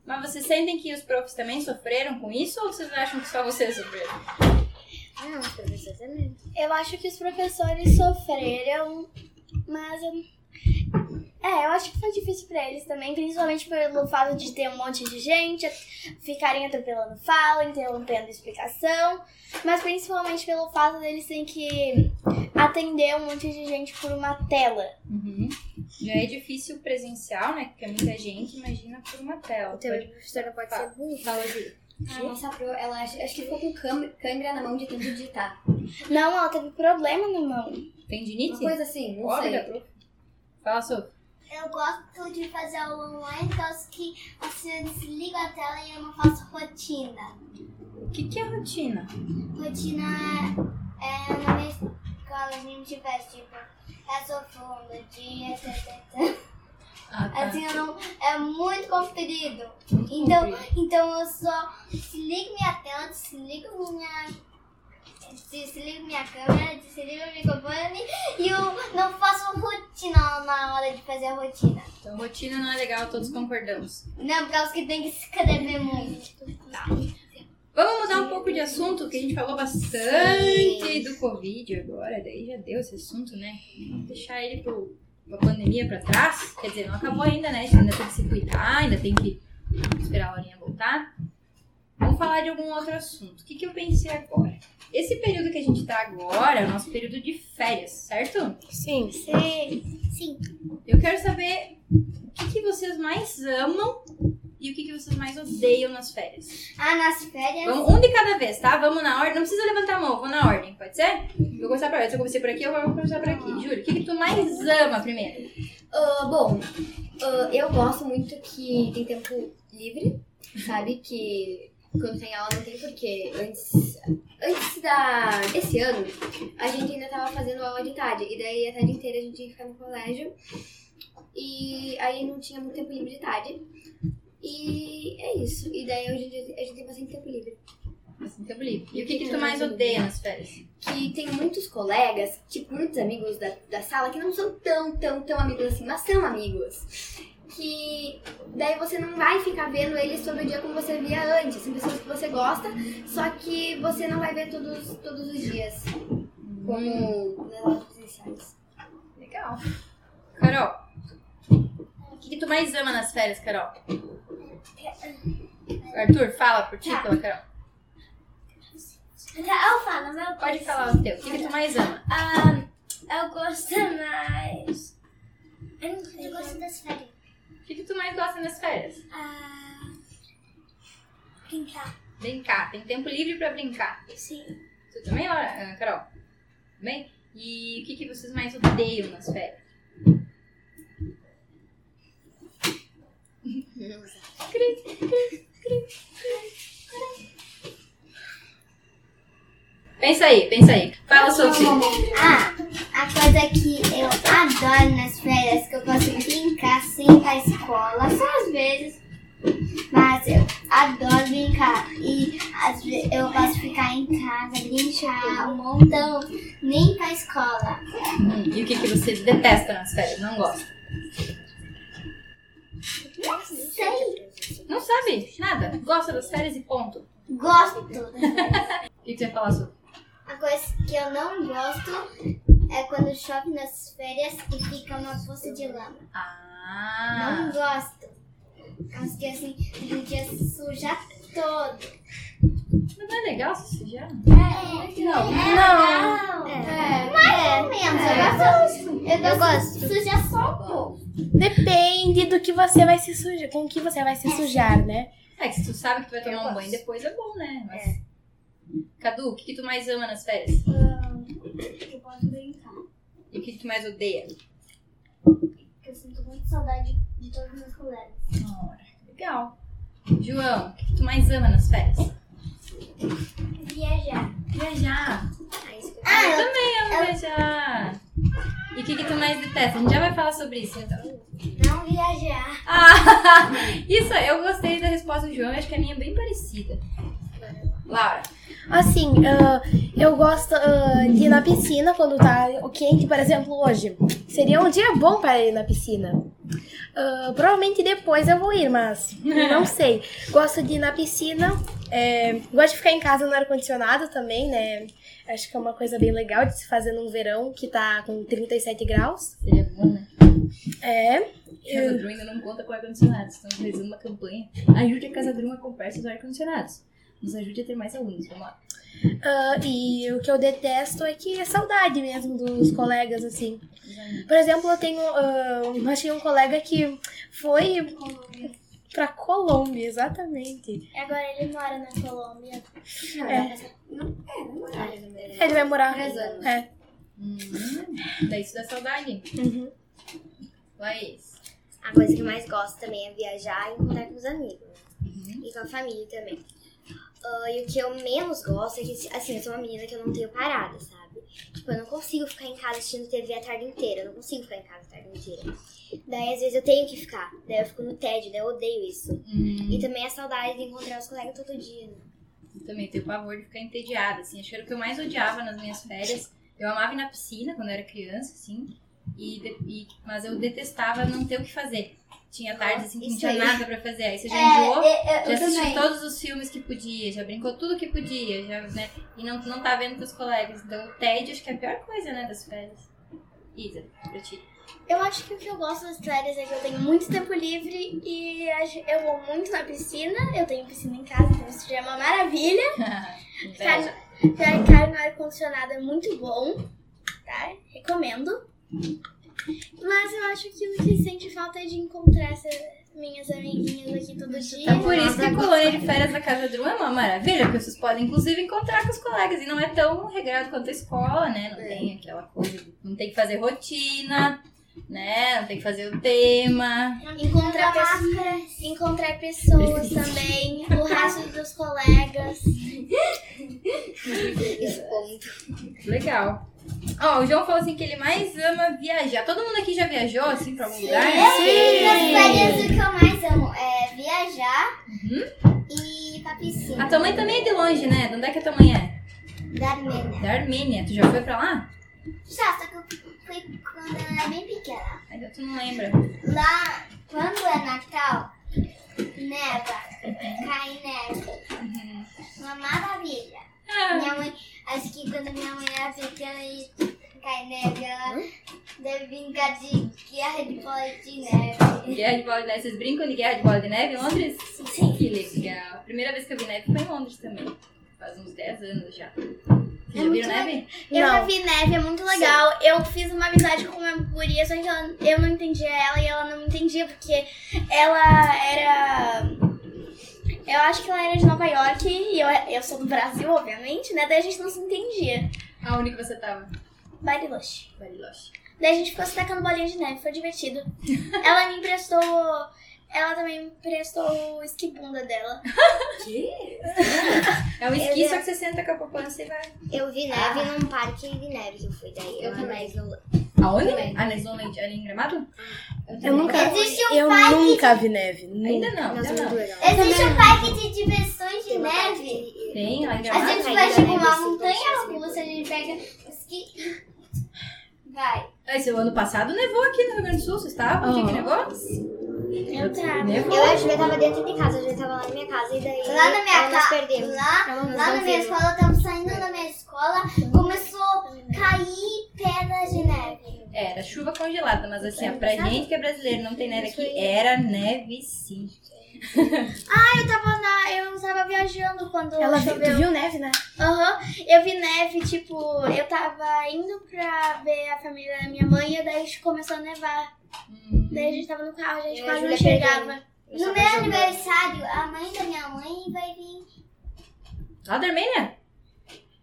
Speaker 2: Mas vocês sentem que os profs também sofreram com isso ou vocês acham que só vocês sofreram?
Speaker 8: Não, os professores também.
Speaker 7: Eu acho que os professores sofreram, mas eu... É, eu acho que foi difícil pra eles também, principalmente pelo fato de ter um monte de gente, ficarem atropelando fala, interrompendo explicação, mas principalmente pelo fato deles terem que atender um monte de gente por uma tela.
Speaker 2: Uhum. Já é difícil o presencial, né? Porque é muita gente, imagina por uma tela.
Speaker 8: Então, o professor não pode
Speaker 2: Tá.
Speaker 8: ser burro.
Speaker 2: Fala, Ju.
Speaker 5: A Ah, nossa pro, ela acho, acho que ficou com câmera, câmera na mão de tanto digitar.
Speaker 7: Não, ela teve problema na mão.
Speaker 5: Uma
Speaker 2: Tendinite?
Speaker 5: coisa assim, não
Speaker 2: Pobre da
Speaker 5: sei.
Speaker 2: prof. Fala, Su.
Speaker 3: Eu gosto de fazer aula online, por causa que você desliga a tela e eu não faço rotina.
Speaker 2: O que, que é rotina?
Speaker 3: Rotina é na minha escola a gente faz tipo essa fundo, dia, etc, etc.
Speaker 2: Ah, tá.
Speaker 3: Assim eu não, é muito comprido. Então, então eu só desligo minha tela, desligo minha. Desligo minha câmera, desligo o microfone e eu não faço rotina na hora de fazer a rotina.
Speaker 2: Então, rotina não é legal, todos concordamos.
Speaker 3: Não, por causa que tem que escrever muito.
Speaker 2: Vamos mudar um pouco de assunto, que a gente falou bastante do Covid agora, daí já deu esse assunto, né? Vamos deixar ele pro, pra pandemia pra trás. Quer dizer, não acabou ainda, né? A gente ainda tem que se cuidar, ainda tem que esperar a horinha voltar. Vamos falar de algum outro assunto. O que, que eu pensei agora? Esse período que a gente tá agora é o nosso período de férias, certo?
Speaker 4: Sim.
Speaker 2: Eu quero saber o que, que vocês mais amam e o que, que vocês mais odeiam nas férias.
Speaker 3: Ah, nas férias.
Speaker 2: Vamos um de cada vez, tá? Vamos na ordem. Não precisa levantar a mão, vou na ordem, pode ser? Vou começar pra Se eu comecei por aqui, eu vou começar por aqui. Júlio, o que, que tu mais ama primeiro?
Speaker 5: Ah, bom, ah, eu gosto muito que tem tempo livre, sabe? Que quando tem aula não tem porquê. Antes, antes da, desse ano, a gente ainda tava fazendo aula de tarde. E daí a tarde inteira a gente tinha que ficar no colégio. E aí não tinha muito tempo livre de tarde. E é isso. E daí hoje em dia a gente tem bastante tempo livre.
Speaker 2: Assim, tempo livre. E o que, que tu mais odeia nas férias?
Speaker 5: que tem muitos colegas, tipo, muitos amigos da, da sala que não são tão, tão, tão amigos assim, mas são amigos. Que daí você não vai ficar vendo eles todo dia como você via antes. São pessoas que você gosta, só que você não vai ver todos, todos os dias. Como nas aulas presenciais.
Speaker 2: Legal. Carol, o que, que tu mais ama nas férias, Carol? Arthur, fala por ti, pela Carol.
Speaker 3: Tá, Eu falo, meu
Speaker 2: Pode falar o teu. O que, que tu mais ama?
Speaker 3: Ah, eu gosto mais. Eu gosto das férias.
Speaker 2: O que, que tu mais gosta nas férias?
Speaker 3: Ah, brincar,
Speaker 2: Brincar. Tem tempo livre pra brincar.
Speaker 3: sim.
Speaker 2: Tu também, Laura? Ah, Carol? Também? E o que, que vocês mais odeiam nas férias? Pensa aí, pensa aí. Fala, Sofia.
Speaker 3: Ah, a coisa que eu adoro nas férias, que eu posso brincar sem ir pra escola, só às vezes. Mas eu adoro brincar. E às vezes eu posso ficar em casa, brincar um montão, nem pra escola.
Speaker 2: Hum, e o que, que você detesta nas férias? Não gosta?
Speaker 3: Sei.
Speaker 2: Não sabe nada. Gosta das férias e ponto.
Speaker 3: Gosto todas.
Speaker 2: O que, que você vai falar, Sofia?
Speaker 3: A coisa que eu não gosto é quando chove nas férias e fica uma poça de lama. Não
Speaker 2: Ah,
Speaker 3: gosto. Por causa que assim, no dia suja todo. É.
Speaker 2: mas não é legal se sujar?
Speaker 3: Não. Não. Mais ou menos. Eu gosto. É, Eu gosto. Suja só um pouco.
Speaker 4: Depende do que você vai se sujar, com o que você vai se sujar, né?
Speaker 2: É que se tu sabe que tu vai tomar um banho depois é bom, né? Mas... Cadu, o que, que tu mais ama nas férias?
Speaker 3: Eu posso brincar.
Speaker 2: E o que, que tu mais odeia?
Speaker 3: Porque eu sinto muito saudade de todos os meus colegas.
Speaker 2: Ora, legal. João, o que, que tu mais ama nas férias?
Speaker 3: Viajar.
Speaker 2: Viajar.
Speaker 3: Ah,
Speaker 2: Eu também amo viajar. E o que, que tu mais detesta? A gente já vai falar sobre isso então.
Speaker 3: não viajar.
Speaker 2: Ah, isso, eu gostei da resposta do João, eu acho que a minha é bem parecida. Laura,
Speaker 4: Assim, ah, eu gosto ah, de ir na piscina quando tá o quente, por exemplo, hoje. Seria um dia bom para ir na piscina. Ah, provavelmente depois eu vou ir, mas não sei. Gosto de ir na piscina. é, gosto de ficar em casa no ar-condicionado também, né? Acho que é uma coisa bem legal de se fazer num verão que tá com 37 graus.
Speaker 2: seria bom, né?
Speaker 4: É.
Speaker 2: Casa Drum ainda não conta com ar-condicionados. Estamos realizando uma campanha. Ajude a Casa Drum a comprar seus ar-condicionados. Nos ajude a ter mais alunos. Vamos lá.
Speaker 4: Ah, e o que eu detesto é que é saudade mesmo dos colegas, assim. Por exemplo, eu tenho. ah, eu achei um colega que foi Pra Colômbia, exatamente.
Speaker 7: E agora ele mora na Colômbia.
Speaker 4: Ele vai morar.
Speaker 5: Três anos.
Speaker 4: É.
Speaker 2: Daí Hum, tá isso dá saudade.
Speaker 3: Uhum.
Speaker 2: Laís.
Speaker 8: A coisa que eu mais gosto também é viajar e encontrar com os amigos. né?
Speaker 2: Uhum.
Speaker 8: E com a família também. Ah, e o que eu menos gosto é que, assim, eu sou uma menina que eu não tenho parada, sabe? Tipo, eu não consigo ficar em casa assistindo TV a tarde inteira. Eu não consigo ficar em casa a tarde inteira. Daí, às vezes, eu tenho que ficar. Daí eu fico no tédio, daí eu odeio isso.
Speaker 2: Uhum. hum,
Speaker 8: E também a saudade de encontrar os colegas todo dia, né?
Speaker 2: Eu também tenho pavor de ficar entediada, assim. Acho que era o que eu mais odiava nas minhas férias. Eu amava ir na piscina quando eu era criança, assim. E, de- e- mas eu detestava não ter o que fazer. Tinha tardes assim que não
Speaker 5: isso
Speaker 2: tinha
Speaker 5: aí.
Speaker 2: nada pra fazer. Aí você já enjoou,
Speaker 3: É,
Speaker 2: já
Speaker 3: eu, eu
Speaker 2: assistiu
Speaker 3: também.
Speaker 2: todos os filmes que podia, já brincou tudo que podia, já, né? E não, não tá vendo com os colegas. Então o tédio acho que é a pior coisa, né, das férias. Isa, pra ti.
Speaker 7: Eu acho que o que eu gosto das férias é que eu tenho muito tempo livre e a ge- eu vou muito na piscina. Eu tenho piscina em casa, então isso já é uma maravilha.
Speaker 3: Tá
Speaker 7: Ficar,
Speaker 2: Inveja.
Speaker 7: ficar Tá, no ar-condicionado é muito bom, tá? Recomendo. Mas eu acho que o que sente falta é de encontrar essas minhas amiguinhas aqui todo dia.
Speaker 2: Então por isso que a colônia de férias da Casa do é uma maravilha, porque vocês podem inclusive encontrar com os colegas. E não é tão regrado quanto a escola, né? Não tem aquela coisa, não tem que fazer rotina, né? Não tem que fazer o tema.
Speaker 7: Encontrar, pessoas- encontrar pessoas também, o resto dos colegas.
Speaker 2: Legal. Ó, o João falou assim que ele mais ama viajar. Todo mundo aqui já viajou, assim, pra algum lugar?
Speaker 3: Nas férias, o que eu mais amo é viajar
Speaker 2: Uhum.
Speaker 3: e ir pra
Speaker 2: A
Speaker 3: piscina.
Speaker 2: tua mãe também é de longe, né? De onde é que a tua mãe é?
Speaker 3: Da Armênia.
Speaker 2: Da Armênia. Tu já foi pra lá?
Speaker 3: Já, só que eu fui quando eu era bem pequena.
Speaker 2: Ainda tu não lembra.
Speaker 3: Lá, quando é Natal, neva, cai neve. Uma maravilha. Minha mãe, acho que quando minha mãe era pequena e cai neve, ela deve brincar de guerra de bola de neve.
Speaker 2: Guerra de bola de neve. né? Vocês brincam de guerra de bola de neve em Londres? Sim. Que legal. A primeira vez que eu vi neve foi em Londres também. Faz uns 10 anos já.
Speaker 3: É
Speaker 2: Vocês já viram neve?
Speaker 7: Eu já
Speaker 4: Não.
Speaker 7: vi neve, é muito legal. Eu fiz uma amizade com uma guria, só que ela- eu não entendia ela e ela não me entendia, porque ela era. Eu acho que ela era de Nova York e eu, eu sou do Brasil, obviamente, né? Daí a gente não se entendia.
Speaker 2: Aonde que você tava?
Speaker 7: Bariloche.
Speaker 2: Bariloche.
Speaker 7: Daí a gente ficou se tacando bolinha de neve, foi divertido. Ela me emprestou. Ela também me emprestou o esquibunda dela.
Speaker 2: É um esqui, só que você senta com a poupança e vai.
Speaker 8: Eu vi
Speaker 7: Ah.
Speaker 8: neve num parque de neve que eu fui daí.
Speaker 7: é
Speaker 8: Eu, também.
Speaker 2: Aonde? Ah, na Islândia, ali em Gramado?
Speaker 4: Eu nunca,
Speaker 3: Existe um
Speaker 4: eu nunca vi neve.
Speaker 2: Ainda não,
Speaker 8: Nossa,
Speaker 2: ainda
Speaker 8: muito
Speaker 2: não.
Speaker 8: legal.
Speaker 3: Existe um parque de diversões de neve.
Speaker 2: Tem lá em
Speaker 3: A
Speaker 2: Gramado?
Speaker 3: gente vai tipo uma montanha russa, a gente pega os que. Vai.
Speaker 2: Esse ano passado nevou aqui no Rio Grande do Sul, vocês estavam? Tinha que nevou?
Speaker 7: Eu tava.
Speaker 2: Nevou.
Speaker 8: Eu e a Julia tava dentro de casa, a Julia tava lá na minha casa e daí
Speaker 3: Lá na minha
Speaker 8: ela nós
Speaker 3: casa.
Speaker 8: perdemos.
Speaker 3: Lá,
Speaker 8: Ela nos
Speaker 3: lá na
Speaker 8: não
Speaker 3: minha
Speaker 8: viu.
Speaker 3: escola, estamos saindo da minha escola, começou a cair pedras de neve.
Speaker 2: É, Era chuva congelada, mas assim, ó, pra gente que é brasileiro não tem neve aqui, era neve sim.
Speaker 7: Eu tava na. Ah, Eu tava viajando quando
Speaker 4: Ela viu,
Speaker 7: choveu.
Speaker 4: tu viu neve, né?
Speaker 7: Aham, eu vi neve, tipo, eu tava indo pra ver a família da minha mãe e daí começou a nevar. Daí a gente tava no carro, a gente
Speaker 8: Eu
Speaker 7: quase não
Speaker 8: ajudo a
Speaker 7: enxergava.
Speaker 8: Eu só
Speaker 3: No meu
Speaker 8: passava.
Speaker 3: aniversário, a mãe da minha mãe vai vir.
Speaker 2: Lá da Armênia?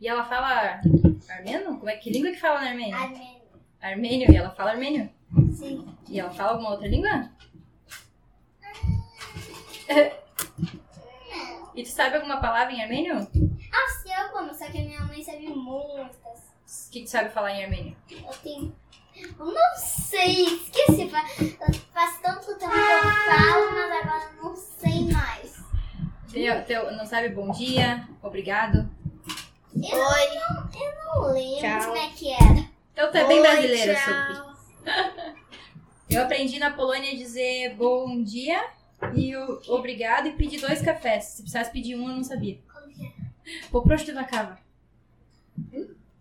Speaker 2: E ela fala armênio? Como é que língua que fala na Armênia?
Speaker 3: Amém.
Speaker 2: Armênio, e ela fala armênio?
Speaker 3: Sim.
Speaker 2: E ela fala alguma outra língua? E tu sabe alguma palavra em armênio? O
Speaker 3: Ah, se eu como, só que a minha mãe sabe muitas.
Speaker 2: que tu sabe falar em armênio?
Speaker 3: Eu tenho. Eu não sei, esqueci. fa- Faz tanto tempo que eu falo, mas agora eu não sei mais.
Speaker 2: Teu, teu- não sabe bom dia, obrigado.
Speaker 3: Eu não, eu não lembro
Speaker 4: Tchau.
Speaker 3: como é que era.
Speaker 2: Então tu é bem
Speaker 7: Oi,
Speaker 2: brasileiro,
Speaker 7: tchau.
Speaker 2: Sophie. Eu aprendi na Polônia a dizer bom dia e o obrigado e pedir dois cafés. Se precisasse pedir um, eu não sabia.
Speaker 3: Como que é?
Speaker 2: Poprosh de vacava.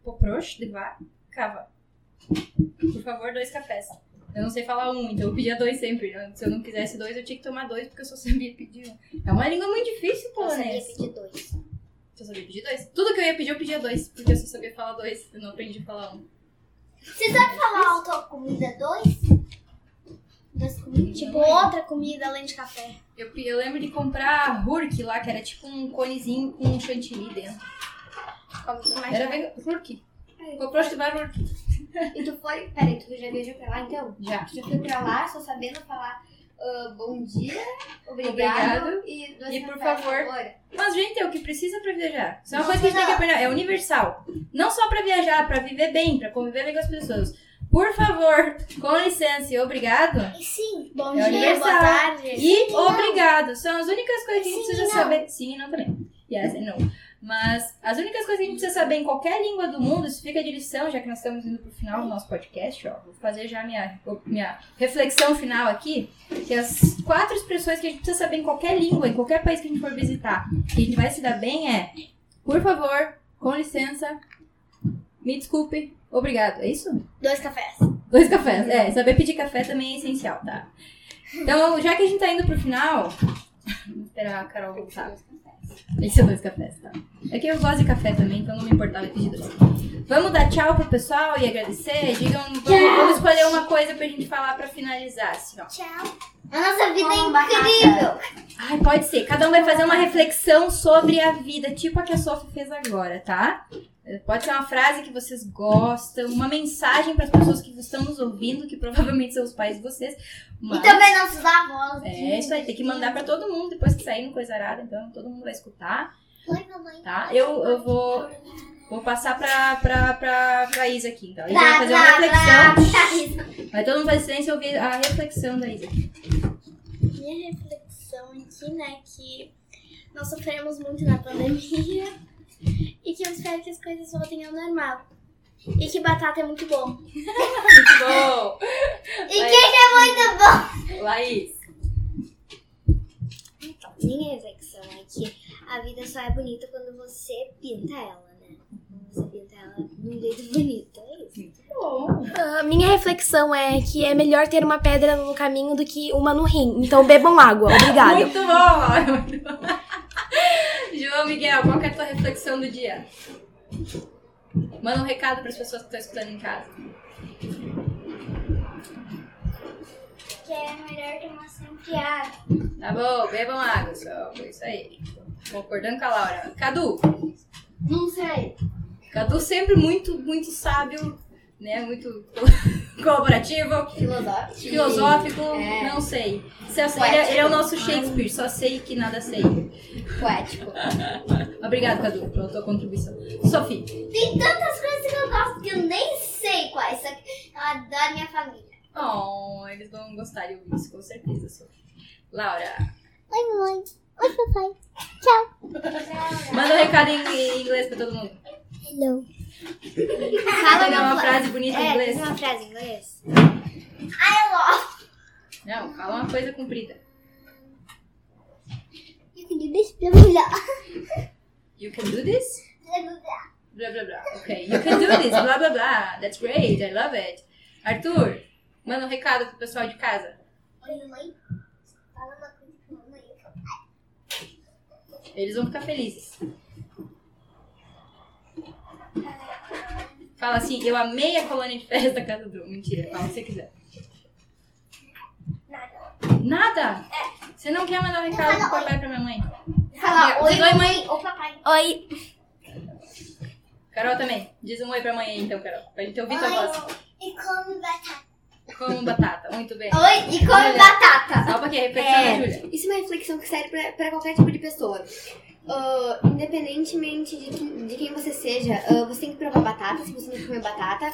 Speaker 2: Poprosh de vacava. Por favor, dois cafés. Eu não sei falar um, então eu pedia dois sempre. Eu- Se eu não quisesse dois, eu tinha que tomar dois, porque eu só sabia pedir um. É uma língua muito difícil,
Speaker 8: Eu sabia
Speaker 2: polonês.
Speaker 8: pedir dois.
Speaker 2: Só sabia pedir dois. Tudo que eu ia pedir, eu pedia dois, porque eu só sabia falar dois. Eu não aprendi a falar um.
Speaker 3: Você sabe falar autocomida 2? das comidas.
Speaker 7: Tipo, outra comida além de café.
Speaker 2: Eu, eu lembro de comprar Hurk lá, que era tipo um conezinho com um chantilly dentro.
Speaker 5: Como que mais
Speaker 2: Era bem... Hurk. Comprou o Hurk.
Speaker 5: E tu foi? Peraí, tu já viajou pra lá então?
Speaker 2: Já.
Speaker 5: Tu já foi pra lá só sabendo falar ah, bom dia, obrigado,
Speaker 2: Obrigado.
Speaker 5: e duas
Speaker 2: E por
Speaker 5: cafés,
Speaker 2: favor. Mas, gente, é o que precisa pra viajar. Isso é uma coisa que a gente
Speaker 3: Não.
Speaker 2: tem que aprender. É universal. Não só pra viajar, pra viver bem, pra conviver bem com as pessoas. Por favor, com licença e obrigado.
Speaker 3: E sim,
Speaker 7: Bom
Speaker 2: É
Speaker 7: dia, boa
Speaker 2: universal.
Speaker 7: tarde.
Speaker 2: E obrigado. São as únicas coisas que a gente
Speaker 3: Sim e
Speaker 2: precisa
Speaker 3: não.
Speaker 2: saber. Sim e não também. Yes and no. Mas as únicas coisas que a gente precisa saber em qualquer língua do mundo, isso fica de lição, já que nós estamos indo pro final do nosso podcast, ó. Vou fazer já minha, minha reflexão final aqui. Que as quatro expressões que a gente precisa saber em qualquer língua, em qualquer país que a gente for visitar, que a gente vai se dar bem é por favor, com licença, me desculpe, obrigado. É isso?
Speaker 7: Dois cafés.
Speaker 2: Dois cafés. É, saber pedir café também é essencial, tá? Então, já que a gente tá indo pro final. Vamos esperar a Carol voltar. Tem que ser dois cafés, tá? É que eu gosto de café também, então não me importava pedir dois. Vamos dar tchau pro pessoal e agradecer? Digam, vamos, vamos escolher uma coisa pra gente falar pra finalizar, assim, ó.
Speaker 3: a nossa vida é
Speaker 5: Como batata.
Speaker 3: incrível.
Speaker 2: Ai, pode ser. Cada um vai fazer uma reflexão sobre a vida, tipo a que a Sophie fez agora, tá? Eh, Pode ser uma frase que vocês gostam, uma mensagem para as pessoas que estão nos ouvindo, que provavelmente são os pais de vocês. Mas...
Speaker 3: E também nossos avós.
Speaker 2: É isso aí, tem que mandar pra todo mundo depois que sair no Coisa Arada, então todo mundo vai escutar,
Speaker 3: Oi, mamãe. Tá,
Speaker 2: tá? Eu, eu vou, vou passar pra, pra, pra, pra Isa aqui, então. A Isa vai
Speaker 3: Tá,
Speaker 2: fazer uma
Speaker 3: tá, tá.
Speaker 2: reflexão.
Speaker 3: Tá isso.
Speaker 2: Vai todo mundo fazer silêncio e ouvir a reflexão da Isa.
Speaker 7: Minha reflexão aqui, né, que nós sofremos muito na pandemia e que eu espero que as coisas voltem ao normal. E que batata é muito bom.
Speaker 2: Muito bom!
Speaker 3: E quem que é muito bom?
Speaker 2: Laís!
Speaker 3: Então,
Speaker 8: Minha reflexão é que a vida só é bonita quando você pinta ela, né? Quando você pinta ela de um jeito bonito, é isso.
Speaker 2: Bom!
Speaker 4: Ah, minha reflexão é que é melhor ter uma pedra no caminho do que uma no rim. Então bebam água, obrigada.
Speaker 2: Muito bom, Laura, muito bom. João Miguel, qual que é a tua reflexão do dia? Manda um recado para as pessoas que estão escutando em casa.
Speaker 3: Que é melhor tomar sempre água.
Speaker 2: Tá bom, bebam água, pessoal. Foi isso aí. Concordando com a Laura. Cadu,
Speaker 3: Não sei.
Speaker 2: Cadu sempre muito, muito sábio, né? Muito colaborativo,
Speaker 5: Filosófico.
Speaker 2: filosófico,
Speaker 5: É.
Speaker 2: não sei. Se eu sei- Ele, é- ele é o nosso Shakespeare, só sei que nada sei.
Speaker 5: Poético.
Speaker 2: Obrigado, Cadu, pela tua contribuição. Sofia,
Speaker 3: Tem tantas coisas que eu gosto que eu nem sei quais. Só que eu adoro minha família.
Speaker 2: oh, eles vão gostar de ouvir isso, com certeza, Sofia. Laura,
Speaker 3: Oi, mamãe. Oi, papai.
Speaker 2: manda um recado em em inglês pra todo mundo.
Speaker 3: Hello.
Speaker 8: Fala
Speaker 2: Pegar uma
Speaker 8: uma,
Speaker 2: frase bonita em
Speaker 8: é,
Speaker 2: inglês.
Speaker 8: diz uma frase em inglês.
Speaker 2: Não, fala uma coisa comprida.
Speaker 3: You can do this, blá, blá, blá.
Speaker 2: You can do this?
Speaker 3: Blá, blá, blá.
Speaker 2: Blá blá blá. Ok, you can do this, blá blá blá. That's great, I love it. Arthur, manda um recado pro pessoal de casa.
Speaker 3: Oi, mamãe. Fala uma coisa pra mamãe.
Speaker 2: Eles vão ficar felizes. Fala assim, eu amei a colônia de férias da casa do. Mentira, fala o que você quiser. Nada? Você não quer mandar um recado pro papai e pra minha mãe?
Speaker 3: Fala
Speaker 2: Oi,
Speaker 3: oi,
Speaker 2: mãe.
Speaker 3: mamãe. Ou papai.
Speaker 4: Oi,
Speaker 2: Carol também. Diz um oi pra mãe aí então, Carol. Pra gente ouvir tua voz.
Speaker 3: E come batata.
Speaker 2: Como batata. Muito bem.
Speaker 3: Oi, e come
Speaker 2: Olha.
Speaker 3: batata.
Speaker 2: Salva aqui a reflexão da Júlia.
Speaker 5: É, isso é uma reflexão que serve pra, pra qualquer tipo de pessoa. Ah, independentemente de, que- de quem você seja, ah, você tem que provar batata, se você não comer batata.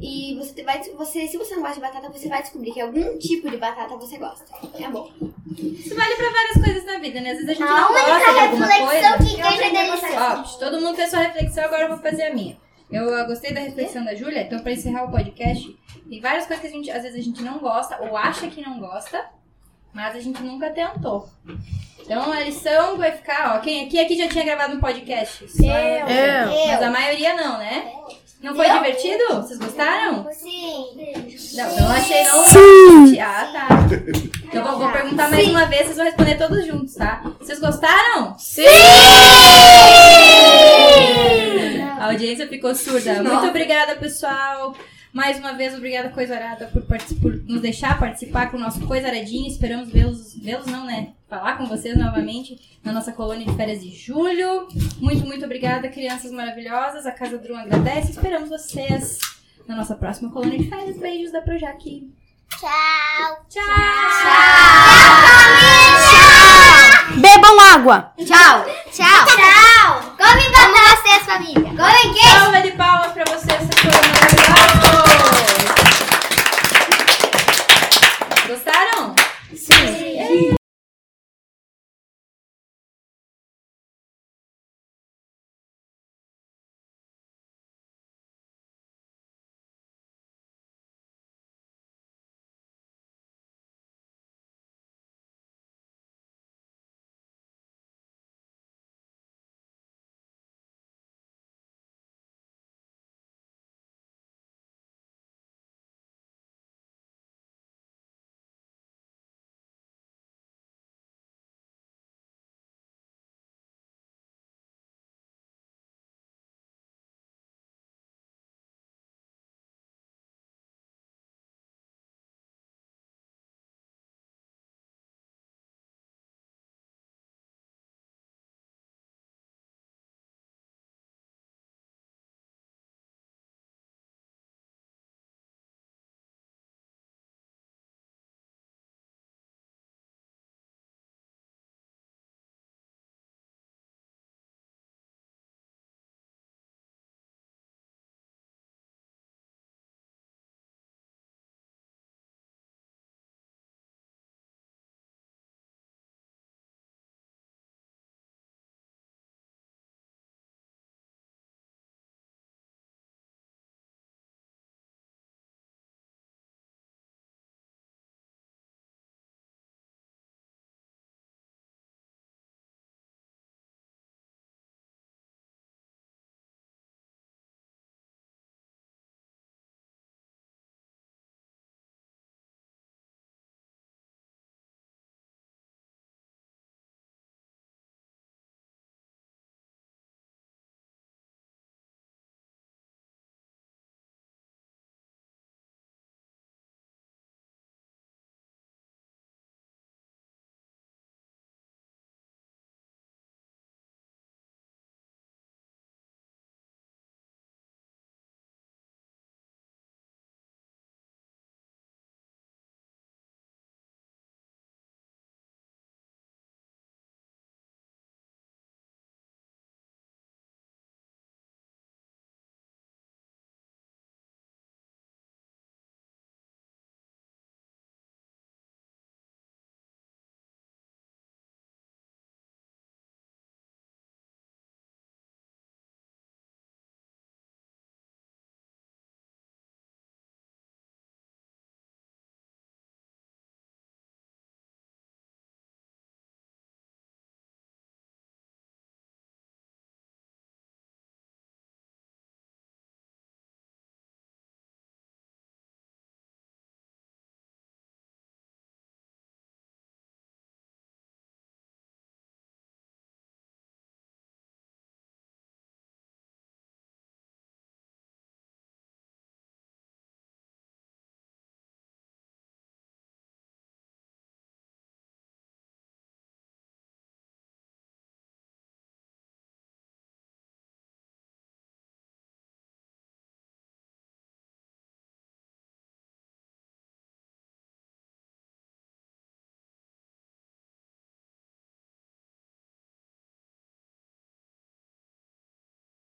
Speaker 5: E você te- vai, você, se você não gosta de batata, você vai descobrir que algum tipo de batata você gosta. É bom.
Speaker 2: Isso vale pra várias coisas na vida, né? Às vezes a gente
Speaker 3: A
Speaker 2: não
Speaker 3: única
Speaker 2: gosta de alguma
Speaker 3: reflexão
Speaker 2: coisa.
Speaker 3: que ganha é
Speaker 2: Ó,
Speaker 3: deliciosa.
Speaker 2: psh, todo mundo fez sua reflexão, agora eu vou fazer a minha. Eu ah, gostei da reflexão da Júlia, então pra encerrar o podcast, tem várias coisas que a gente, às vezes a gente não gosta ou acha que não gosta, mas a gente nunca tentou. Então a lição vai ficar, ó, quem aqui, aqui já tinha gravado um podcast? Só-
Speaker 4: eu.
Speaker 2: Mas a maioria não, né? Não foi divertido? Vocês gostaram?
Speaker 3: Sim.
Speaker 2: Não, não achei não. Ah, tá. Então vou, vou perguntar mais uma vez, vocês vão responder todos juntos, tá? Vocês gostaram? Sim! A audiência ficou surda. Muito obrigada, pessoal. Mais uma vez, obrigada, Coisarada, por, partici- por nos deixar participar com o nosso Coisaradinho. Esperamos vê-los, vê-los não, né? Falar com vocês novamente na nossa colônia de férias de julho. Muito, muito obrigada, crianças maravilhosas. A Casa Drum agradece. Esperamos vocês na nossa próxima colônia de férias. Beijos da Projac.
Speaker 3: Tchau.
Speaker 4: Bebam água!
Speaker 8: Tchau. Tchau. Tchau. Come batata, família. Come queijo.
Speaker 2: Salva de palmas!